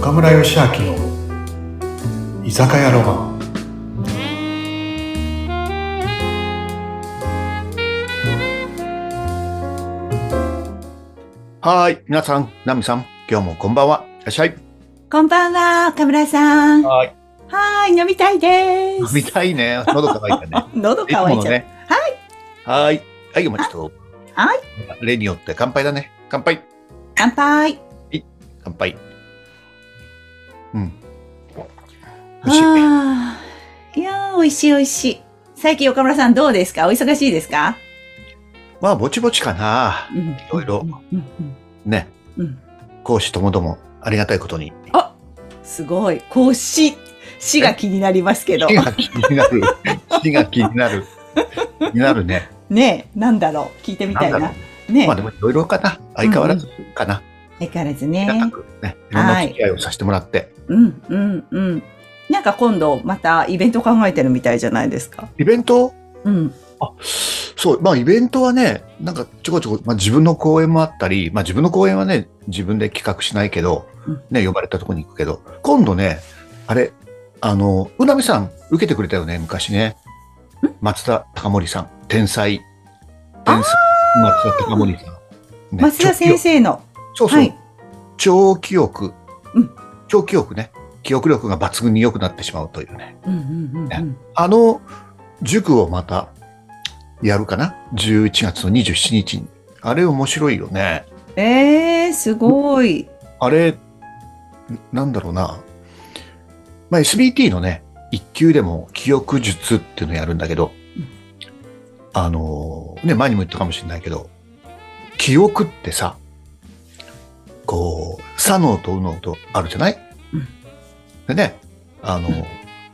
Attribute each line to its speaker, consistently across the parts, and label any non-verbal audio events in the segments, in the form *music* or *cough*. Speaker 1: 岡村義明の居酒屋ロマン
Speaker 2: はーい。皆さん、ナミさん、今日もこんばんは。いらっしゃい。
Speaker 3: こんばんは、岡村さん。は
Speaker 2: はい。
Speaker 3: ーい、飲みたいで
Speaker 2: 飲み
Speaker 3: す。
Speaker 2: たいね。喉乾いたね。
Speaker 3: *laughs* 喉
Speaker 2: いつも
Speaker 3: 乾い
Speaker 2: の
Speaker 3: ちゃう。
Speaker 2: ね。はい。はい。はい、お待ちと。。
Speaker 3: はい
Speaker 2: 例によって乾杯だね。乾杯。
Speaker 3: 乾杯。
Speaker 2: 乾杯。うん。美味しい。
Speaker 3: あーいやー、美味しい美味しい。最近岡村さんどうですかお忙しいですか
Speaker 2: まあ、ぼちぼちかな。
Speaker 3: うん。い
Speaker 2: ろいろ
Speaker 3: うんうん
Speaker 2: ね。
Speaker 3: うん。
Speaker 2: 講師ともども、ありがたいことに。
Speaker 3: あすごい。こうし、死が気になりますけど
Speaker 2: 死。が気に
Speaker 3: *laughs*
Speaker 2: なる。死が気になる。気になるね。
Speaker 3: ねえ、なんだろう聞いてみたい
Speaker 2: なんだ
Speaker 3: な
Speaker 2: ろ。
Speaker 3: ねえ
Speaker 2: まあ、でもいろいろかな。相変わらずかな。
Speaker 3: 相変わらずね。
Speaker 2: 長くね。いろんな付き合いをさせてもらって。
Speaker 3: うん、うん、うん。なんか今度またイベント考えてるみたいじゃないですか。
Speaker 2: イベント
Speaker 3: うん。
Speaker 2: そう、まあイベントはね、なんかちょこちょこ、まあ自分の公演もあったり、まあ自分の公演はね、自分で企画しないけど
Speaker 3: うん、
Speaker 2: ね、呼ばれたとこに行くけど、今度ね、あれ、あの、うなみさん受けてくれたよね、昔ね。松田高森さん、天才。天才、松田高森さん。ね
Speaker 3: 松田先。生の。
Speaker 2: 超記憶そうそう、
Speaker 3: はい。
Speaker 2: 超記憶。
Speaker 3: うん
Speaker 2: 超記憶ね。記憶力が抜群に良くなってしまうというね。
Speaker 3: うんうんうんうん。
Speaker 2: あの塾をまたやるかな ?11 月の27日に。あれ面白いよね。
Speaker 3: えー、すごい。
Speaker 2: あれ、んなんだろうな。まあ、SBT のね、一級でも記憶術っていうのやるんだけど
Speaker 3: うん、
Speaker 2: あのーね、前にも言ったかもしれないけど、記憶ってさ、こう、左脳と右脳とあるじゃない、
Speaker 3: うん
Speaker 2: でね、あのー
Speaker 3: うん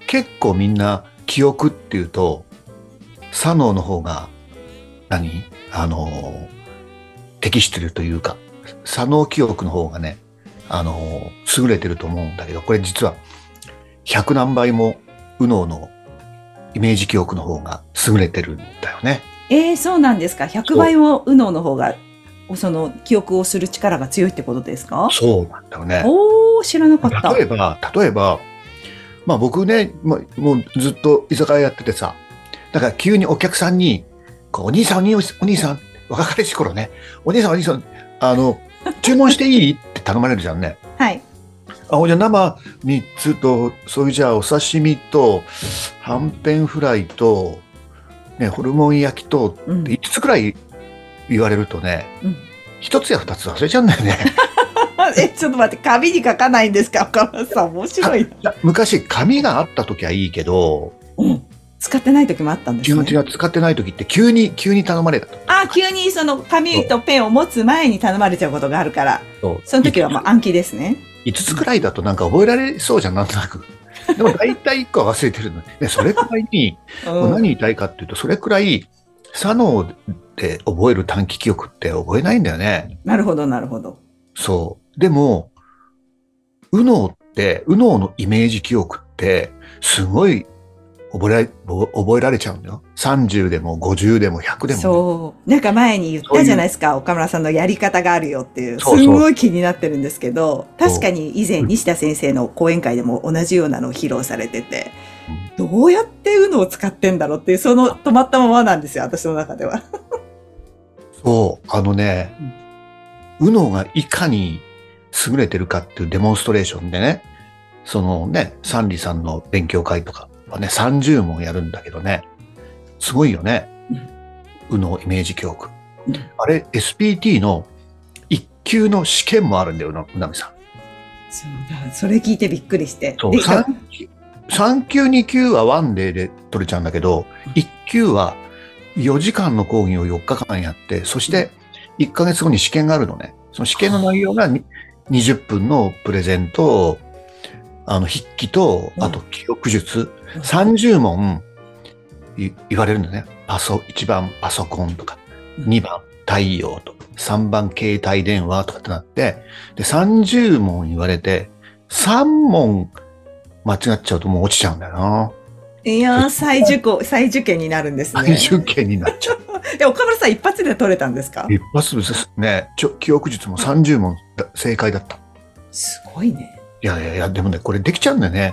Speaker 2: 結構みんな記憶っていうと、左脳の方が、何あのー適してるというか、左脳記憶の方がね、あのー優れてると思うんだけど、これ実は、100何倍も右脳のイメージ記憶の方が優れてるんだよね。
Speaker 3: えー、そうなんですか。100倍も右脳の方が、その、記憶をする力が強いってことですか
Speaker 2: そうなんだよね。
Speaker 3: おー、知らなかった。
Speaker 2: 例えば、例えば、まあ僕ね、まあ、もうずっと居酒屋やっててさ、だから急にお客さんに、こうお兄さん、お兄お兄さん、若かりし頃ね、お兄さん、お兄さん、あの、注文していいって頼まれるじゃんね。
Speaker 3: はい。
Speaker 2: あ、ほいじゃあ生3つと、それじゃあお刺身と、はんぺんフライと、ね、ホルモン焼きと、
Speaker 3: うん。
Speaker 2: 5つくらい言われるとね、
Speaker 3: うん *laughs*
Speaker 2: 1つや2つ忘れちゃうんだよね。
Speaker 3: え、ちょっと待って、紙に書かないんですか岡村さん、面白いな。
Speaker 2: いや昔、紙があった時はいいけど、
Speaker 3: うん。使ってない時もあったんで
Speaker 2: 自
Speaker 3: す
Speaker 2: 分
Speaker 3: ね。
Speaker 2: が使ってない時って急に、急に頼まれたと。
Speaker 3: あー、急にその紙とペンを持つ前に頼まれちゃうことがあるから、その時はもう暗記ですね。
Speaker 2: 5つくらいだとなんか覚えられそうじゃん、なんとな
Speaker 3: *laughs*
Speaker 2: く。でも大体1個は忘れてるの。ね、それくらいに、
Speaker 3: *laughs* うん
Speaker 2: 何言いたいかっていうと、それくらい、左脳で覚える短期記憶って覚えないんだよね。
Speaker 3: なるほど、なるほど。
Speaker 2: そう。でも、右脳って、右脳のイメージ記憶って、すごい覚えられ、覚えられちゃうんだよ。30でも50でも100でもね、
Speaker 3: そう。なんか前に言ったじゃないですか、岡村さんのやり方があるよっていう。す
Speaker 2: そうそうん
Speaker 3: ごい気になってるんですけど、
Speaker 2: そう
Speaker 3: 確かに以前西田先生の講演会でも同じようなのを披露されてて、どうやってうのを使ってんだろうっていう、その止まったままなんですよ、私の中では。
Speaker 2: そう、あのね、右脳がいかに優れてるかっていうデモンストレーションでね、そのね、サンリさんの勉強会とかはね、30問やるんだけどね、すごいよね。右脳イメージ記憶
Speaker 3: うん。
Speaker 2: あれ、SPT の一級の試験もあるんだよ、うなうなみさん。
Speaker 3: そうだそれ聞いてびっくりして。
Speaker 2: そう
Speaker 3: で
Speaker 2: さ3級、2級は1デーで取れちゃうんだけど、1級は4時間の講義を4日間やって、そして1ヶ月後に試験があるのね。その試験の内容がに20分のプレゼンと、あの、筆記と、
Speaker 3: うん
Speaker 2: あと記憶術、
Speaker 3: うん
Speaker 2: 30問い言われるんだね。パソ、1番パソコンとか、
Speaker 3: うん
Speaker 2: 2番太陽とか、3番携帯電話とかってなって、で、30問言われて、3問間違っちゃうともう落ちちゃうんだよな。
Speaker 3: いやー、再受講、再受験になるんです
Speaker 2: 大
Speaker 3: ね。
Speaker 2: 受験になっち
Speaker 3: *laughs*
Speaker 2: ゃう。
Speaker 3: で、岡村さん一発で取れたんですか
Speaker 2: 一発ですね。ちょ記憶術も30問だ正解だった。
Speaker 3: すごいね。
Speaker 2: いやいやいや、でもね、これできちゃうんだよね。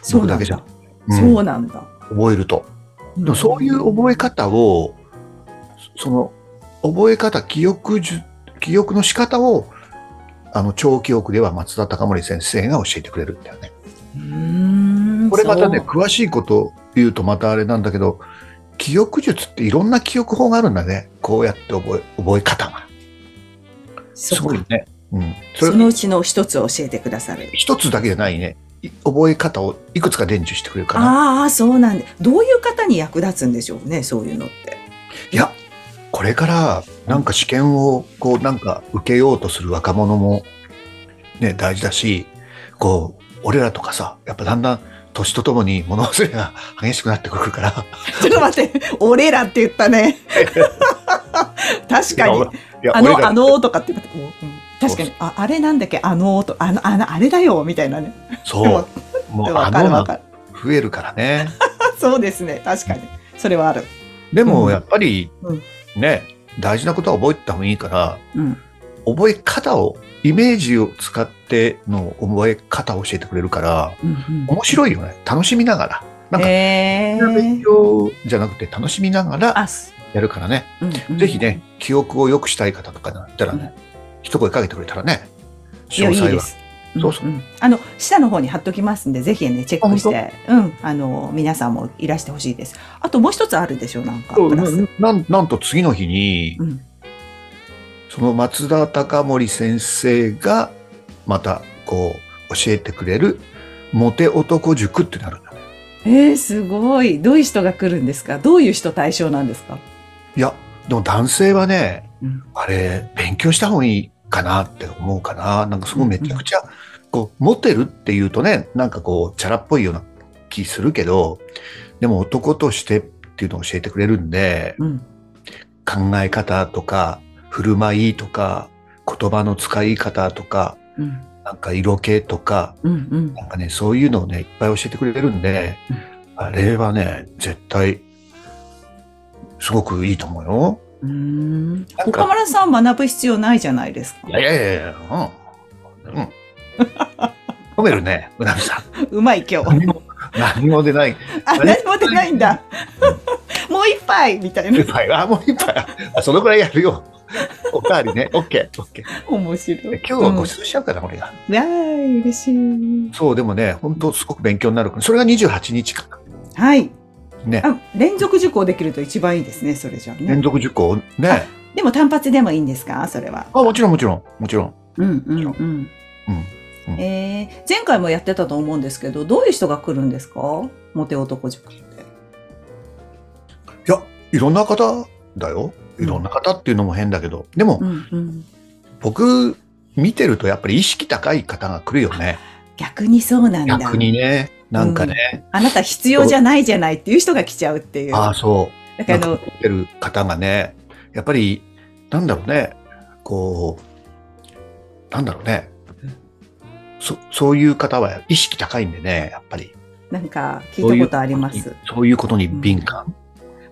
Speaker 3: そう
Speaker 2: 僕
Speaker 3: な
Speaker 2: だ
Speaker 3: ん
Speaker 2: けじゃ
Speaker 3: だ。。
Speaker 2: う
Speaker 3: そ
Speaker 2: ん
Speaker 3: うなんだ。
Speaker 2: 覚えると。でもそういう覚え方を、その、覚え方、記憶じゅ、記憶の仕方を、あの、長記憶では松田隆盛先生が教えてくれるんだよね。
Speaker 3: うーん
Speaker 2: これまたね、
Speaker 3: そう
Speaker 2: 詳しいこと言うとまたあれなんだけど、記憶術っていろんな記憶法があるんだね。こうやって覚え、覚え方が。
Speaker 3: そ
Speaker 2: すご
Speaker 3: う
Speaker 2: いね。うん。そ
Speaker 3: そ
Speaker 2: れ、
Speaker 3: のうちの一つを教えてくださる。
Speaker 2: 一つだけじゃないね。い覚え方をいくつか伝授してくれるかな。
Speaker 3: ああ、そうなんだ。どういう方に役立つんでしょうね、そういうのって。 *laughs*
Speaker 2: いや、これからなんか試験をこうなんか受けようとする若者もね、大事だし、こう、俺らとかさ、やっぱだんだん年とともに *laughs* 物忘れが激しくなってくるから、
Speaker 3: ちょっと待って、俺らって言っ
Speaker 2: *laughs*
Speaker 3: たね。確か
Speaker 2: い
Speaker 3: に
Speaker 2: や。いや
Speaker 3: あ
Speaker 2: 俺
Speaker 3: の、
Speaker 2: ら
Speaker 3: あのーとかって言って、うん確かに、ああれなんだっけ、あのーと、あの、あの、あれだよ、みたいなね。 *laughs*
Speaker 2: そう。もうあ
Speaker 3: わかる
Speaker 2: の
Speaker 3: わ
Speaker 2: が
Speaker 3: かる。 *laughs*
Speaker 2: 増えるからね。
Speaker 3: そうですね、確かに。それはある。
Speaker 2: で
Speaker 3: う
Speaker 2: も
Speaker 3: ん
Speaker 2: やっぱり
Speaker 3: うん
Speaker 2: ね、大事なことは覚えた方がいいから、
Speaker 3: うん。
Speaker 2: 覚え方を、イメージを使っての覚え方を教えてくれるから、面白いよね。楽しみながら。なんか、
Speaker 3: え
Speaker 2: 勉
Speaker 3: ー、
Speaker 2: 強じゃなくて楽しみながら
Speaker 3: あ、す
Speaker 2: やるからね。
Speaker 3: うんうん
Speaker 2: ぜひね、記憶を良くしたい方とかだったらね、一声かけてくれたらね、
Speaker 3: い
Speaker 2: 詳
Speaker 3: やいい
Speaker 2: 細は。
Speaker 3: です。
Speaker 2: そうそうん
Speaker 3: んあの下の方に貼っときますんで、ぜひねチェックして、うん、あの皆さんもいらしてほしいです。あともう一つあるでしょなんか
Speaker 2: そう
Speaker 3: プラス。
Speaker 2: ななんなんと次の日に、
Speaker 3: うん、
Speaker 2: その松田隆盛先生が、また、こう、教えてくれる、モテ男塾ってなるんだね。
Speaker 3: えー、すごい。どういう人が来るんですか。どういう人対象なんですか。
Speaker 2: いや、でも男性はね、
Speaker 3: うん
Speaker 2: あれ、勉強した方がいいかなって思うかな。なんかすごいめちゃくちゃ、こう、モテるっていうとね、なんかこう、チャラっぽいような気するけど、でも男としてっていうのを教えてくれるんで、
Speaker 3: うん、
Speaker 2: 考え方とか、振る舞いとか、言葉の使い方とか、
Speaker 3: うん、
Speaker 2: なんか色気とか、
Speaker 3: うん、うん。
Speaker 2: なんかね、そういうのをね、いっぱい教えてくれるんで、
Speaker 3: うん
Speaker 2: あれはね、絶対、すごくいいと思うよ。
Speaker 3: うーん
Speaker 2: なんか
Speaker 3: 岡村さん学ぶ必要ないじゃないですか
Speaker 2: い。やいやいやいや、うん。うん。褒めるね、うなみさん。
Speaker 3: うま
Speaker 2: *laughs*
Speaker 3: い今日。
Speaker 2: 何も、何も出ない。
Speaker 3: あ、何も出ないんだ。 *laughs* もう一杯みたい
Speaker 2: 一
Speaker 3: な。
Speaker 2: 杯、あ、もう一杯。あ、そのくらいやるよ。おかわりね。オッケー、オッケー。
Speaker 3: 面白い。
Speaker 2: 今日はご馳走しちゃうから、俺が。
Speaker 3: うんわーい、嬉しい。
Speaker 2: そう、でもね、本当すごく勉強になるから。それが28日か
Speaker 3: はい。
Speaker 2: な。ね。
Speaker 3: あ連続受講できると一番いいですね、それじゃあね。
Speaker 2: 連続受講ね。
Speaker 3: でも単発でもいいんですか、それは。
Speaker 2: あ、もちろん、もちろん、もちろん。
Speaker 3: うんうんん
Speaker 2: うん
Speaker 3: えー前回もやってたと思うんですけど、どういう人が来るんですかモテ男塾って。
Speaker 2: いや、いろんな方だよ。いろんな方っていうのも変だけど。でも、
Speaker 3: うんうん、
Speaker 2: 僕、見てるとやっぱり意識高い方が来るよね。
Speaker 3: 逆にそうなんだ。
Speaker 2: 逆にね。なんかね。
Speaker 3: あなた必要じゃないじゃないっていう人が来ちゃうっていう。
Speaker 2: ああ、そう。
Speaker 3: だか
Speaker 2: な
Speaker 3: ら
Speaker 2: ん
Speaker 3: あ
Speaker 2: か
Speaker 3: の
Speaker 2: 持、ってる方がね、やっぱり、なんだろうね、こう、なんだろうね、そそういう方は意識高いんでね、やっぱり。
Speaker 3: なんか聞いたことあります。
Speaker 2: そういうことに敏感。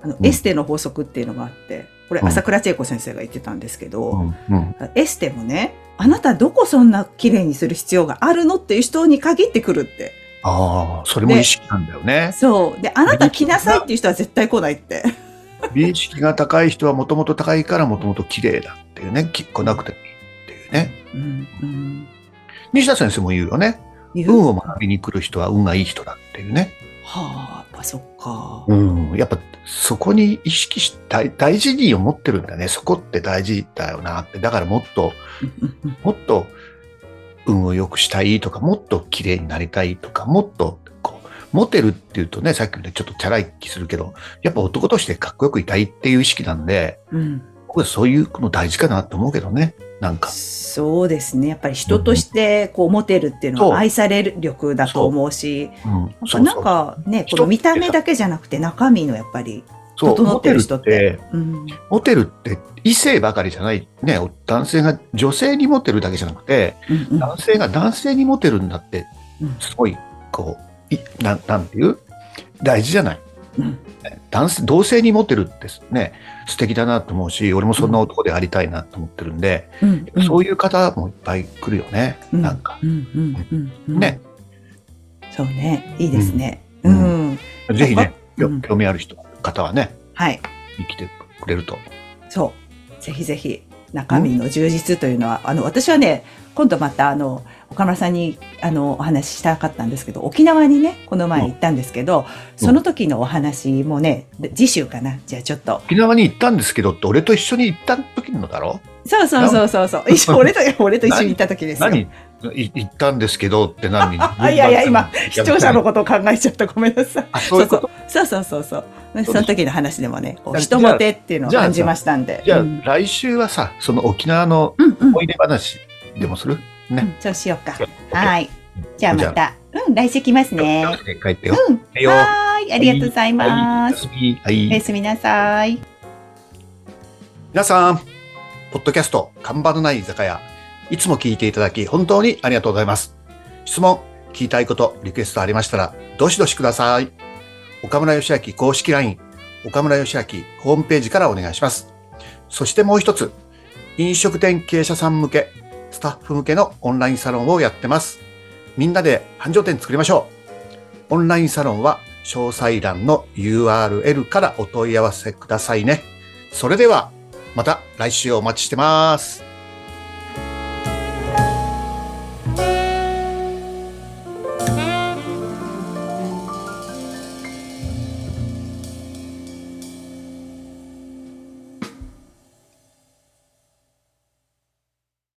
Speaker 3: あの
Speaker 2: うん
Speaker 3: エステの法則っていうのがあって、これ
Speaker 2: うん
Speaker 3: 朝倉千恵子先生が言ってたんですけど、
Speaker 2: うんうん
Speaker 3: エステもね、あなたどこそんな綺麗にする必要があるのっていう人に限ってくるって。
Speaker 2: ああ、それも意識なんだよね。
Speaker 3: そう。で、あなた来なさいっていう人は絶対来ないって。
Speaker 2: 美意識が高い人はもともと高いからもともと綺麗だっていうね、き来なくてもいいっていうね。
Speaker 3: うん、うん。
Speaker 2: 西田先生も言うよね。
Speaker 3: 言う
Speaker 2: 運を学びに来る人は運がいい人だっていうね。
Speaker 3: はあ、やっぱそっか。
Speaker 2: うん、やっぱそこに意識し大大事に思ってるんだね。そこって大事だよなって。だからもっと、もっと運を良くしたいとか、もっと綺麗になりたいとか、もっとこう、モテるっていうとね、さっきみたいにちょっとチャラい気するけど、やっぱ男としてかっこよくいたいっていう意識なんで、
Speaker 3: うん。
Speaker 2: 僕はそういうの大事かなと思うけどね。なんか。
Speaker 3: そうですね。やっぱり人として、こう、モテるっていうの
Speaker 2: そう
Speaker 3: は愛される力だと思うし、
Speaker 2: うん
Speaker 3: やっ
Speaker 2: そ
Speaker 3: ぱ
Speaker 2: う
Speaker 3: なん
Speaker 2: そう
Speaker 3: かね、
Speaker 2: 人
Speaker 3: この見た目だけじゃなくて中身のやっぱり、
Speaker 2: そう、
Speaker 3: 整
Speaker 2: モ
Speaker 3: っ
Speaker 2: テ
Speaker 3: てる
Speaker 2: る
Speaker 3: 人
Speaker 2: っ
Speaker 3: って
Speaker 2: て、
Speaker 3: うん。
Speaker 2: モテるって異性ばかりじゃない。ね、男性が女性にモテるだけじゃなくて、
Speaker 3: うんうん
Speaker 2: 男性が男性にモテるんだって
Speaker 3: うん、
Speaker 2: すごい、こう、いなん、なんていう大事じゃない。
Speaker 3: うん
Speaker 2: 男性同性にモテるってね素敵だなと思うし俺もそんな男でありたいなと思ってるんで、
Speaker 3: うんうん
Speaker 2: そういう方もいっぱい来るよね、なんか。
Speaker 3: うんうんうんうん
Speaker 2: ね
Speaker 3: そうねいいですねう、
Speaker 2: うんぜひね、
Speaker 3: う
Speaker 2: 興
Speaker 3: ん
Speaker 2: 興味ある人方はね
Speaker 3: はい
Speaker 2: 生きてくれると。
Speaker 3: そうぜひぜひ中身の充実というのはあの私はね今度またあの岡村さんにあのお話ししたかったんですけど沖縄にねこの前行ったんですけど、その時のお話もね次週かなじゃあちょっと
Speaker 2: 沖縄に行ったんですけどって俺と一緒に行った時のだろ
Speaker 3: そうそうそうそうそう一緒俺と俺と一緒に行った時ですよ
Speaker 2: 何い行ったんですけどって何
Speaker 3: *laughs* あいやいや今視聴者のことを考えちゃったごめんなさい
Speaker 2: あそういうこと
Speaker 3: そうそうそうそうそうその時の話でもねこう
Speaker 2: じゃあ
Speaker 3: 人モテっていうのを
Speaker 2: じゃあ
Speaker 3: 感じましたんで
Speaker 2: じゃあ、
Speaker 3: うん
Speaker 2: 来週はさその沖縄の
Speaker 3: うんうん
Speaker 2: 思い出話でもする、ね、
Speaker 3: そうしようか
Speaker 2: そう
Speaker 3: はいじゃあま
Speaker 2: じ
Speaker 3: たうん来週来ますね
Speaker 2: 沖縄で帰ってよ、
Speaker 3: うん
Speaker 2: はいよ
Speaker 3: はーいありがとうございます
Speaker 2: はい
Speaker 3: お
Speaker 2: はい
Speaker 3: やすみなさい
Speaker 2: 皆さん、ポッドキャスト、看板のない居酒屋、いつも聞いていただき、本当にありがとうございます。質問、聞きたいこと、リクエストありましたら、どしどしください。岡村義明公式 LINE、岡村義明ホームページからお願いします。そしてもう一つ、飲食店経営者さん向け、スタッフ向けのオンラインサロンをやってます。みんなで繁盛店作りましょう。オンラインサロンは、詳細欄の URL からお問い合わせくださいね。それでは、また来週お待ちしてます。